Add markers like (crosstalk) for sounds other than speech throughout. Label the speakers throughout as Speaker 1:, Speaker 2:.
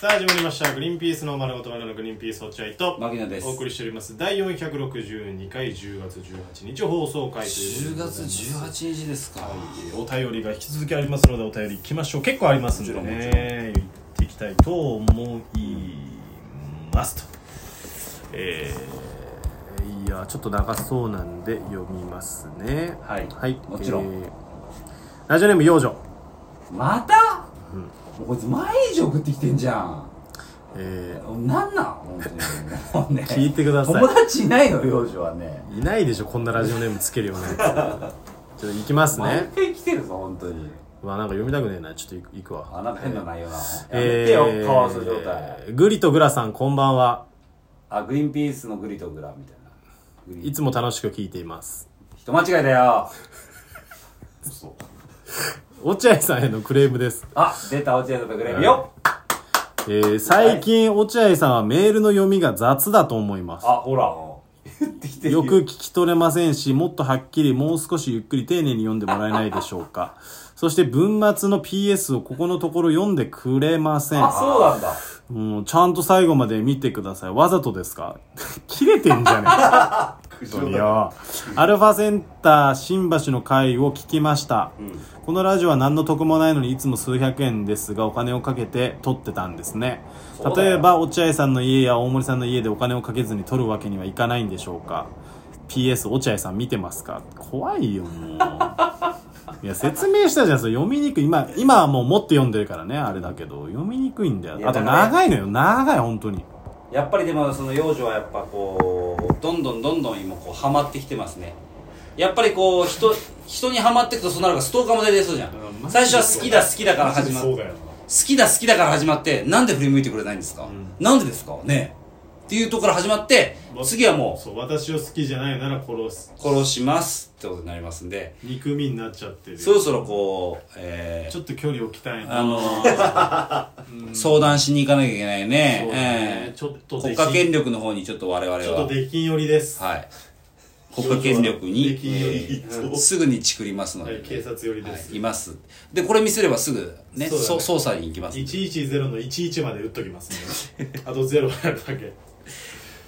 Speaker 1: さあ始まりました「グリーンピースの丸ごと丸のグリーンピース落合」と
Speaker 2: 牧野です
Speaker 1: お送りしております第462回10月18日放送回という
Speaker 2: 10
Speaker 1: ことでござ
Speaker 2: 月
Speaker 1: います
Speaker 2: 18日ですか、
Speaker 1: はいお便りが引き続きありますのでお便りいきましょう結構ありますんで
Speaker 2: もちろんもちろん
Speaker 1: ね言っていきたいと思いますとえーいやちょっと長そうなんで読みますね
Speaker 2: はいもちろん
Speaker 1: えーラジオネーム幼女
Speaker 2: また、もうこいつ毎日送ってきてんじゃん
Speaker 1: え
Speaker 2: なんなん本当にもうね
Speaker 1: 聞いてください
Speaker 2: 友達いないの幼女はね
Speaker 1: ーいないでしょこんなラジオネームつけるよう
Speaker 2: (laughs)
Speaker 1: なやつちょっといきます
Speaker 2: 毎
Speaker 1: ね
Speaker 2: 回来てるぞ本当に
Speaker 1: うわなんか読みたくねえなちょっといくいくわ
Speaker 2: あなんか変な内容なの、
Speaker 1: え
Speaker 2: や
Speaker 1: ー
Speaker 2: めてよカワウソ状態、
Speaker 1: グリとグラさんこんばんは
Speaker 2: あグリーンピースのグリとグラみたいなグリーン
Speaker 1: いつも楽しく聞いています
Speaker 2: 人間違いだよ
Speaker 1: 落合さんへのクレームです、
Speaker 2: あ出た落ち合ったグレープよ、
Speaker 1: えー最近落合さんはメールの読みが雑だと思います
Speaker 2: あほら言ってきてる
Speaker 1: よく聞き取れませんしもっとはっきりもう少しゆっくり丁寧に読んでもらえないでしょうかそして文末の PS をここのところ読んでくれません
Speaker 2: あそうなんだ
Speaker 1: もうちゃんと最後まで見てくださいわざとですか (laughs) 切れてんじゃねえ本当によアルファセンター新橋の会を聞きました、このラジオは何の得もないのにいつも数百円ですがお金をかけて取ってたんですね
Speaker 2: そうだよ
Speaker 1: 例えば落合さんの家や大森さんの家でお金をかけずに取るわけにはいかないんでしょうか PS 落合さん見てますか怖いよ
Speaker 2: (laughs)
Speaker 1: もういや説明したじゃんそれ読みにくい今今はもう持って読んでるからねあれだけど読みにくいんだよ
Speaker 2: いや
Speaker 1: あと
Speaker 2: だからね
Speaker 1: 長いのよ長い本当に
Speaker 2: やっぱりでもその幼女はやっぱこうどんどんどんどん今こうハマってきてますねやっぱりこう人人にハマってくとそうなるからストーカーも出てきそうじゃん
Speaker 1: マジで
Speaker 2: 最初は好きだ好きだから始まって好
Speaker 1: だよ
Speaker 2: きだ好きだから始まってなんで振り向いてくれないんですか、なんでですかねえっていうところから始まって次はも
Speaker 1: そう私を好きじゃないなら殺す
Speaker 2: う殺しますってことになりますんで
Speaker 1: 憎みになっちゃってる
Speaker 2: そろそろこうえ
Speaker 1: ちょっと距離置きたい
Speaker 2: ー、
Speaker 1: な
Speaker 2: あのー、相談しに行かなきゃいけないね
Speaker 1: そうだね
Speaker 2: えー
Speaker 1: ちょっと
Speaker 2: 国
Speaker 1: で
Speaker 2: 家権力の方にちょっと我々は
Speaker 1: ちょっと出禁寄りです
Speaker 2: はい。国家権力に、
Speaker 1: 出禁より
Speaker 2: えーすぐにチクりますので、
Speaker 1: はい警察寄りです
Speaker 2: はいいます。で、これ見せればすぐ、ね、
Speaker 1: そうだ
Speaker 2: そ
Speaker 1: ね
Speaker 2: 捜査に行きますんで。
Speaker 1: 110の11まで打っときます
Speaker 2: (laughs)
Speaker 1: ねあと0あるだけ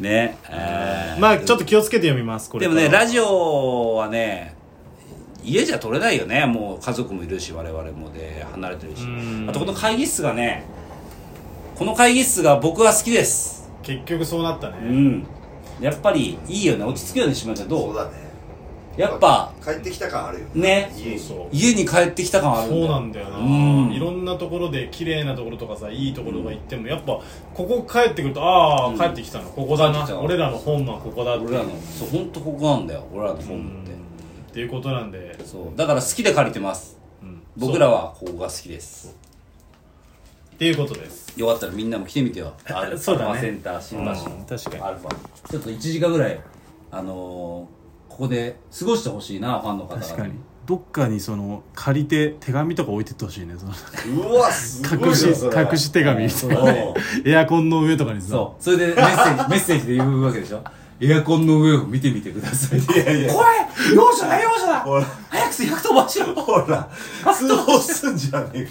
Speaker 2: ね。えー
Speaker 1: まあちょっと気をつけて読みますこれ
Speaker 2: でもね、ラジオはね、家じゃ撮れないよね。もう家族もいるし、我々もで、離れてるし
Speaker 1: うん。
Speaker 2: あと、この会議室がね、この会議室が僕は好きです。
Speaker 1: 結局そうなった
Speaker 2: う
Speaker 1: ね
Speaker 2: ん。やっぱりいいよね。落ち着くよね、島ちゃん。
Speaker 3: そ
Speaker 2: ど
Speaker 3: う
Speaker 2: う
Speaker 3: だね
Speaker 2: やっぱ、
Speaker 3: 帰ってきた感あるよ
Speaker 2: ね
Speaker 3: 家に
Speaker 1: そう
Speaker 2: 家に帰ってきた感ある
Speaker 1: そうなんだよな、
Speaker 2: うん
Speaker 1: いろんなところで綺麗なところとかさいいところとか行っても、やっぱここ帰ってくるとああ、帰ってきたのここだ
Speaker 2: 帰ってき
Speaker 1: な
Speaker 2: た
Speaker 1: 俺らの本はここだって
Speaker 2: 俺らのそう本当ここなんだよ俺らのホームって
Speaker 1: っていうことなんで、
Speaker 2: そうだから好きで借りてます
Speaker 1: うん
Speaker 2: 僕らはここが好きです
Speaker 1: っていうことです
Speaker 2: よかったらみんなも来てみてよアルフ
Speaker 1: そうだね
Speaker 2: ァセンター新橋
Speaker 1: うん確かに
Speaker 2: アルファちょっと1時間ぐらいあのー、ここで過ごしてほしいなファンの方々
Speaker 1: どっかにその借りて手紙とか置いてってほしいねその
Speaker 3: うわすごいなそれ
Speaker 1: し手紙みたいなね (laughs) エアコンの上とかにさ
Speaker 2: そうそれでメッセージメッセージで言うわけでしょエアコンの上を見てみてください。いやいや。怖い容赦だ容赦だ
Speaker 3: ほら
Speaker 2: 早く1 0番しろ !110
Speaker 3: ほら通報すんじゃねえ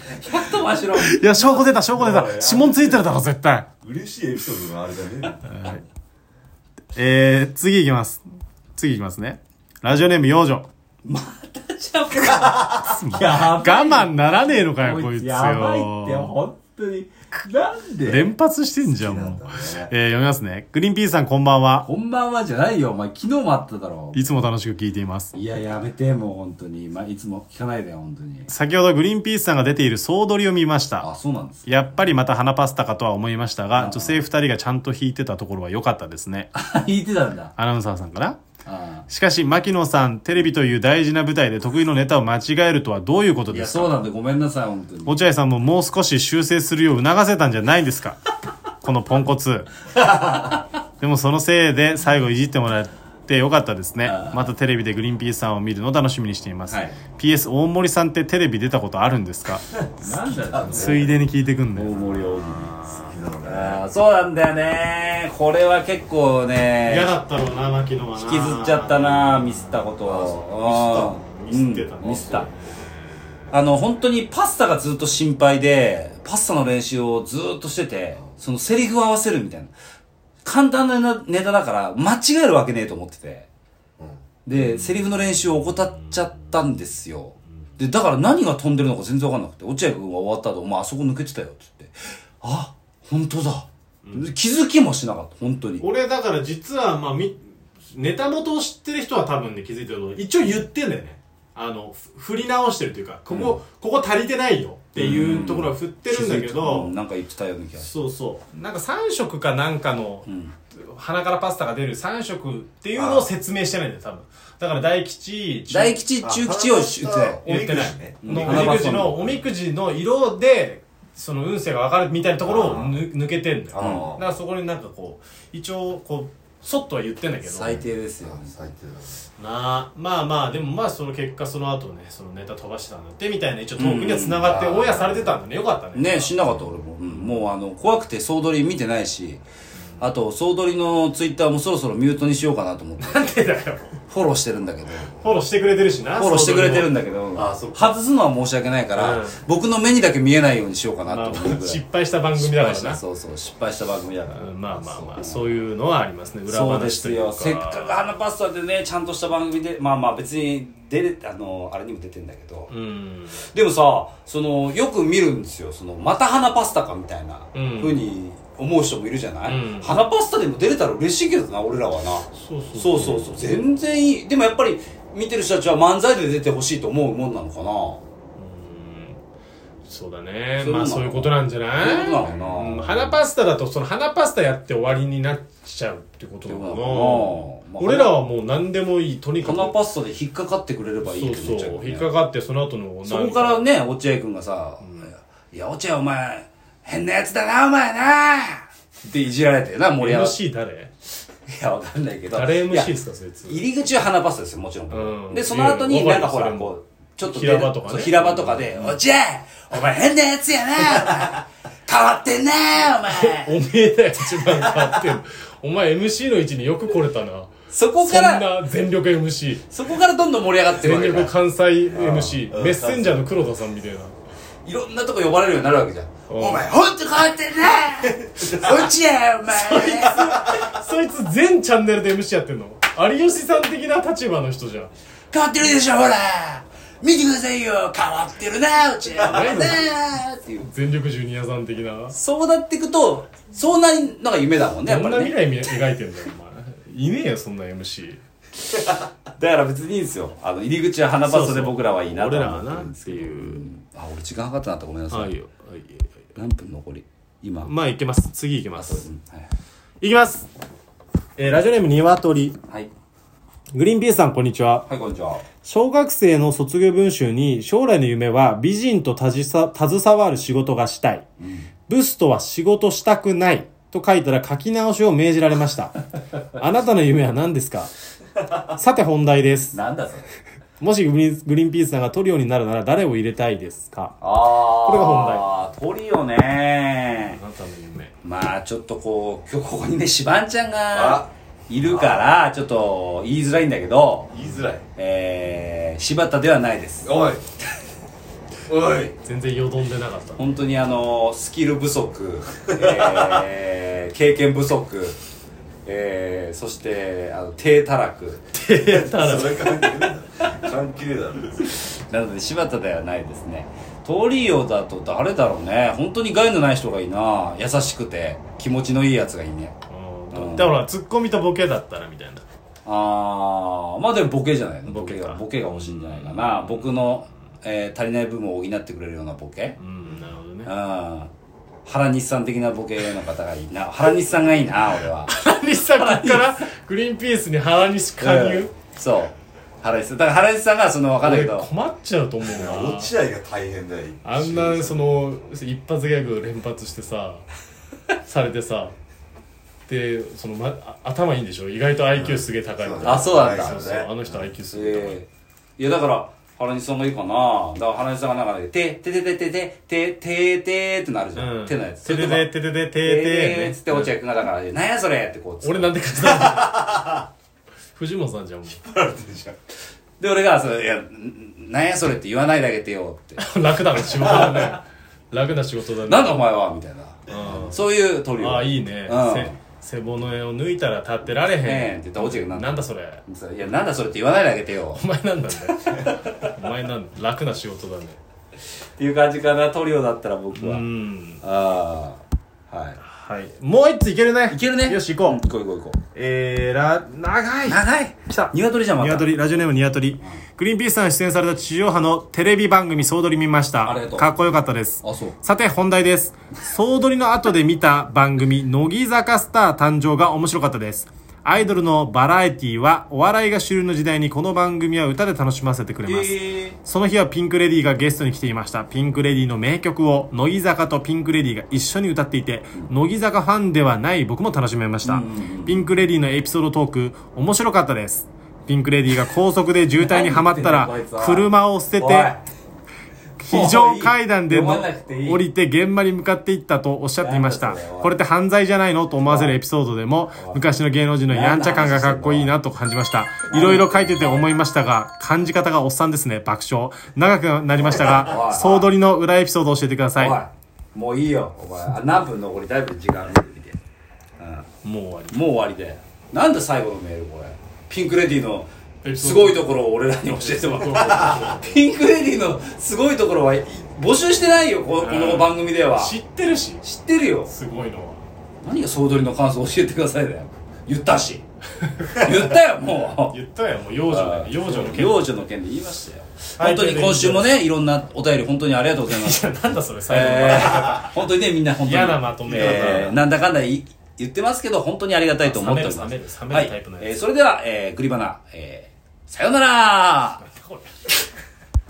Speaker 3: か
Speaker 2: 番しろ
Speaker 1: いや証拠出た証拠出
Speaker 3: た指
Speaker 1: 紋ついてるだろ絶対
Speaker 3: 嬉しいエピソードのあれだね
Speaker 1: えー、次いきます次いきますねラジオネーム幼女我
Speaker 2: やば
Speaker 1: 慢ならねえのかよこいつよ
Speaker 2: やばいって本当になんで
Speaker 1: 連発してんじゃんもうえー、読みますねグリーンピースさんこんばんは
Speaker 2: こんばんはじゃないよお前昨日もあっただろ
Speaker 1: いつも楽しく聞いています
Speaker 2: いややめてもう本当にまあいつも聞かないでよ本当に
Speaker 1: 先ほどグリーンピースさんが出ている総取りを見ました
Speaker 2: あそうなんです
Speaker 1: やっぱりまた花パスタかとは思いましたが、女性2人がちゃんと弾いてたところは良かったですね。 (laughs)
Speaker 2: 言ってたんだ
Speaker 1: アナウンサーさんかな
Speaker 2: あ
Speaker 1: しかし、牧野さん、テレビという大事な舞台で得意のネタを間違えるとはどういうこと
Speaker 2: あい
Speaker 1: で
Speaker 2: や
Speaker 1: すか
Speaker 2: そうなんでごめんなさい本当に
Speaker 1: 落合さんももう少し修正するよう促せたんじゃないんですか (laughs) このポンコツ。 (laughs) でもそのせいで最後いじってもらって良かったですね
Speaker 2: あ。ー
Speaker 1: またテレビでグリーンピースさんを見るのを楽しみにしています。
Speaker 2: はい
Speaker 1: PS 大森さんってテレビ出たことあるんです
Speaker 2: (laughs)
Speaker 1: か
Speaker 2: なんだよ
Speaker 1: ついでに聞いてくんだ
Speaker 2: 大
Speaker 1: よ。
Speaker 2: 盛り大喜
Speaker 3: なの
Speaker 2: 利
Speaker 3: ね
Speaker 2: ああそうなんだよねこれは結構
Speaker 1: 嫌
Speaker 2: ね
Speaker 1: だったろうな、牧野はな。
Speaker 2: 引きずっちゃったなミスったことを
Speaker 1: そ
Speaker 3: あ
Speaker 1: うミスった
Speaker 2: うんミスったあの本当にパスタがずっと心配でパスタの練習をずーっとしてて、そのセリフを合わせるみたいな。簡単なネタネタだから、間違えるわけねえと思ってて。で、セリフの練習を怠っちゃったんですよ。で、だから何が飛んでるのか全然わかんなくて、落合君が終わった後、お前あそこ抜けてたよって言って、あ、本当だ。気づきもしなかった、本当に。
Speaker 1: 俺だから実はまあみネタ元を知ってる人は多分ね気づいてると思う一応言ってんだよねあのふ振り直してるというかここ、ここ足りてないよっていうところは振ってるんだけど、
Speaker 2: うんなんか言ってたような気がす
Speaker 1: そうそうなんか3色かなんかの、
Speaker 2: ん
Speaker 1: 鼻からパスタが出る3色っていうのを説明してないんだよ多分だから大吉
Speaker 2: る。大吉、中吉を言ってたよ。
Speaker 3: おみくじね
Speaker 1: 言って
Speaker 2: うん
Speaker 1: ないのおみくじ
Speaker 2: 花
Speaker 1: のおみくじの色でその運勢が分かるみたいなところをぬ抜けてんだよ
Speaker 3: あ
Speaker 1: だ
Speaker 3: ー
Speaker 1: からそこになんかこう一応こうそっとは言ってんだけど
Speaker 2: 最低ですよ。
Speaker 3: 最低だね
Speaker 1: なあまあまあでもまあその結果その後ねそのネタ飛ばしてたんだってみたいな一応トークには繋がって
Speaker 3: うん
Speaker 1: オンエアされてたんだねよかったね
Speaker 2: ねしなかった俺も、うん、もうあの怖くて総取り見てないしあと総取りのツイッターもそろそろミュートにしようかなと
Speaker 1: (laughs)
Speaker 2: 思って
Speaker 1: なんでだよ
Speaker 2: フォローしてるんだけど
Speaker 1: (laughs) フォローしてくれてるしな
Speaker 2: フォローしてくれてるんだけど
Speaker 3: あそうか
Speaker 2: 外すのは申し訳ないから、
Speaker 1: うん
Speaker 2: 僕の目にだけ見えないようにしようか
Speaker 1: ま
Speaker 2: な
Speaker 1: あ
Speaker 2: と思うぐらい
Speaker 1: 失敗した番組だから
Speaker 2: 失
Speaker 1: な
Speaker 2: 敗したそうそう失敗した番組だから、
Speaker 1: うんまあまあまあそういうのはありますね裏
Speaker 2: そうで
Speaker 1: 話と
Speaker 2: す
Speaker 1: いう
Speaker 2: よ
Speaker 1: か
Speaker 2: せっかく花パスタでねちゃんとした番組でまあまあ別に出れあのあれにも出てんだけど、
Speaker 1: うん
Speaker 2: でもさそのよく見るんですよそのまた花パスタかみたいなふ
Speaker 1: うん
Speaker 2: うに思う人もいるじゃない、
Speaker 1: うん
Speaker 2: 花パスタでも出れたら嬉しいけどな俺らはな
Speaker 1: そうそう
Speaker 2: そうそうそう全然いいでもやっぱり見てる人たちは漫才で出てほしいと思うもんなのかな
Speaker 1: そうだね
Speaker 2: そういうの
Speaker 1: まあそういうことなんじゃな
Speaker 2: そういう
Speaker 1: い
Speaker 2: ことなのか
Speaker 1: うん
Speaker 2: な
Speaker 1: 花パスタだとその花パスタやって終わりになっちゃうってことな
Speaker 2: って
Speaker 1: の
Speaker 2: こ
Speaker 1: か
Speaker 2: と
Speaker 1: な
Speaker 2: なのかなまあ
Speaker 1: 俺らはもう何でもいいとにかく
Speaker 2: 花パスタで引っかかってくれればいい
Speaker 1: そう
Speaker 2: って思っちゃう
Speaker 1: そ
Speaker 2: よ
Speaker 1: う
Speaker 2: ね
Speaker 1: 引っかかってその後の
Speaker 2: そこからね落合君がさ「いや落合お前変なやつだなお前な」っていじられてな盛り上がって
Speaker 1: MC 誰
Speaker 2: いやわかんないけど
Speaker 1: 誰
Speaker 2: いや
Speaker 1: MC ですかそいつ
Speaker 2: 入り口は花パスタですよもちろん、
Speaker 1: うん
Speaker 2: でその後に
Speaker 1: いや
Speaker 2: なんかほ
Speaker 1: わからる
Speaker 2: こうちょっと
Speaker 1: 平場とかね
Speaker 2: そう平場とかで「おじゃお前変なやつやなお前変わってんな
Speaker 1: お
Speaker 2: お前
Speaker 1: (laughs) めえだよ一番変わってる (laughs) お前 MC の位置によく来れたな
Speaker 2: そこ
Speaker 1: そ
Speaker 2: か
Speaker 1: ん
Speaker 2: ら
Speaker 1: な全力 MC
Speaker 2: そこからどんどん盛り上がってるわ
Speaker 1: 全
Speaker 2: け
Speaker 1: 力
Speaker 2: だ
Speaker 1: 関西 MC
Speaker 3: うん
Speaker 1: メッセンジャーの黒田さんみたいない
Speaker 2: ろんなとこ呼ばれるようになるわけじゃん「
Speaker 1: うん
Speaker 2: お前ほんと変わってん
Speaker 1: (laughs)
Speaker 2: な落合お前
Speaker 1: そいつ全チャンネルで MC やってんの有吉さん的な立場の人じゃん
Speaker 2: 変わってるでしょほら見てくださいよ変わってるな落合お前な」っていう
Speaker 1: 全力ジュニアさん的な
Speaker 2: そうなっていくとそうなりなんか夢だもんねやっ
Speaker 1: ど
Speaker 2: ぱ
Speaker 1: んな
Speaker 2: り
Speaker 1: 未
Speaker 2: ね
Speaker 1: 来み描いてんだよお前いねえよそんな MC
Speaker 2: だから別にいいんですよあの入り口は花パスタで僕らはいいなと
Speaker 1: 俺
Speaker 2: 思
Speaker 1: ら
Speaker 2: っ
Speaker 1: は
Speaker 2: て
Speaker 1: な
Speaker 2: るん
Speaker 1: っ
Speaker 2: です
Speaker 1: て
Speaker 2: けど
Speaker 1: いう
Speaker 2: あ俺時間かかったなとごめんなさい、
Speaker 1: あいいよあいいよ
Speaker 2: 何分残り今、
Speaker 1: まあいけます次いけます
Speaker 2: うんはい
Speaker 1: いきます、えーラジオネームニワトリ
Speaker 2: はい、
Speaker 1: グリーンピースさんこんにちは
Speaker 2: はい、こんにちは
Speaker 1: 小学生の卒業文集に将来の夢は美人と携さ携わる仕事がしたい、ブスとは仕事したくないと書いたら書き直しを命じられましたあなたの夢は何ですかさて本題です
Speaker 2: なん
Speaker 1: (laughs)
Speaker 2: だそれ
Speaker 1: もしグリーングリーンピースさんがトリオになるなら誰を入れたいですか
Speaker 2: ああ
Speaker 1: これが
Speaker 2: 本題トリオね
Speaker 1: なたの夢
Speaker 2: まあちょっとこう今日ここにねシバンちゃんが
Speaker 3: あ
Speaker 2: いるからちょっと言いづらいんだけど
Speaker 3: 言いづらい
Speaker 2: えー、柴田ではないです
Speaker 3: おいおい
Speaker 1: 全然よどんでなかった
Speaker 2: 本当にあのスキル不足、えー経験不足、えーそしてあの低たらく
Speaker 3: それ関係ないだろ関係ねえだろ
Speaker 2: なので柴田ではないですねトリオだと誰だろうね本当に害のない人がいいな優しくて気持ちのいいやつがいいねうん
Speaker 1: だからツッコミとボケだったらみたいな
Speaker 2: あーまあでもボケじゃないの
Speaker 1: ボケか
Speaker 2: がボケが欲しいんじゃないかな僕の、えー足りない部分を補ってくれるようなボケ
Speaker 1: うんなるほどね
Speaker 2: うん原西さん的なボケの方がいいな原西さんがいいな俺は
Speaker 1: 原西さんこっからグリーンピースに原西加入、
Speaker 2: うんそう原西さんだから原西さんがその分かんない
Speaker 1: 俺
Speaker 2: けど
Speaker 1: 困っちゃうと思うな
Speaker 3: 落合が大変だよ
Speaker 1: あんなその一発ギャグ連発してさ
Speaker 2: (laughs)
Speaker 1: されてさでその、ま、あ頭いいんでしょ意外と IQ すげえ高いみたいな
Speaker 2: あそうなんだ
Speaker 1: そうそうあの人 IQ すげえ高い、
Speaker 2: えーいやだから原西さんがいいかなだから原西さんがなんかね「ててててててててて」ってなるじゃん、手のやつ
Speaker 1: ててて
Speaker 2: それとか
Speaker 1: てててて
Speaker 2: て
Speaker 1: て
Speaker 2: ーっつって落合君がだから「なんやそれ」ってこう突っ込む
Speaker 1: 俺なんで勝ったの藤本さんじゃんも (laughs)
Speaker 2: で俺がそれ「いやんなんやそれ」って言わないであげてよって
Speaker 1: う楽だろ仕事だね楽な仕事だね
Speaker 2: なんだお前はみたいな。
Speaker 1: う
Speaker 2: そういうトリ
Speaker 1: ん
Speaker 2: オ。
Speaker 1: ああいいね
Speaker 2: うん
Speaker 1: せ背骨を抜いたら立ってられ
Speaker 2: ええ
Speaker 1: へ
Speaker 2: って言ったら落ちがなん
Speaker 1: ん
Speaker 2: だ
Speaker 1: なんだそれ
Speaker 2: いや、なんだそれって言わないであげてよ。
Speaker 1: お前なんなんだよお前なん楽な仕事だね
Speaker 2: っていう感じかな、トリオだったら僕
Speaker 1: う
Speaker 2: は。
Speaker 1: ん
Speaker 2: ああ。は
Speaker 1: はいもう一ついけるね
Speaker 2: い。いけるね。
Speaker 1: よし行こう、
Speaker 2: 行こう行こう行こう。
Speaker 1: えー、ら長い
Speaker 2: 長い
Speaker 1: 来た
Speaker 2: 鶏じゃん、また。
Speaker 1: ニワトリラジオネームニワトリグリーンピースさん出演された地上波のテレビ番組総取り見ました
Speaker 2: ありがとう
Speaker 1: かっこよかったです
Speaker 2: あ、そう。
Speaker 1: さて本題です総取りの後で見た番組「乃木坂スター誕生」が面白かったですアイドルのバラエティはお笑いが主流の時代にこの番組は歌で楽しませてくれます、
Speaker 2: え
Speaker 1: その日はピンクレディーがゲストに来ていました。ピンクレディーの名曲を乃木坂とピンクレディーが一緒に歌っていて、乃木坂ファンではない僕も楽しめました。ピンクレディーのエピソードトーク、面白かったです。ピンクレディーが高速で渋滞にはまった
Speaker 2: (laughs)
Speaker 1: ら
Speaker 2: 何言ってんだこいつは、
Speaker 1: 車を捨て
Speaker 2: ー、お
Speaker 1: て、
Speaker 2: い
Speaker 1: 非常階段での
Speaker 2: もういい読まなくていい
Speaker 1: 降りて現場に向かっていったとおっしゃっていました
Speaker 2: なんだそれおい
Speaker 1: これって犯罪じゃないのと思わせるエピソードでも昔の芸能人のやんちゃ感がかっこいいなと感じましたいろいろ書いてて思いましたが感じ方がおっさんですね爆笑長くなりました
Speaker 2: おい
Speaker 1: が総取りの裏エピソードを教えてください
Speaker 2: おいもういいよお前あ何分残りだいぶ時間ある見て、
Speaker 1: もう終わり
Speaker 2: うん、もう終わりでなんで最後のメールこれピンクレディーの
Speaker 1: えそう
Speaker 2: すごいところを俺らに教えてもらう (laughs) ピンクレディーのすごいところはい募集してないよここの番組では
Speaker 1: 知っ
Speaker 2: 知
Speaker 1: てるし
Speaker 2: ってるよ
Speaker 1: すごいのは
Speaker 2: 何が総取りの感想教えてくださいだよ言っ
Speaker 1: (laughs)
Speaker 2: たし言ったよもう
Speaker 1: 言ったよもう幼女だよ幼女の件
Speaker 2: 幼女の件で言いましたよ
Speaker 1: はい
Speaker 2: 本当に今週もねいろんなお便り本当にありがとうございます
Speaker 1: なんだそれ (laughs) 最後の
Speaker 2: えー本当にねみんな本当に
Speaker 1: 嫌なまとめだな
Speaker 2: えーなんだかんだい言ってますけど本当にありがたいと思っております
Speaker 1: 冷める冷める冷めるタイプのやつ
Speaker 2: はいえーそれでは、えー、グリバナ、えー、さようなら
Speaker 1: これ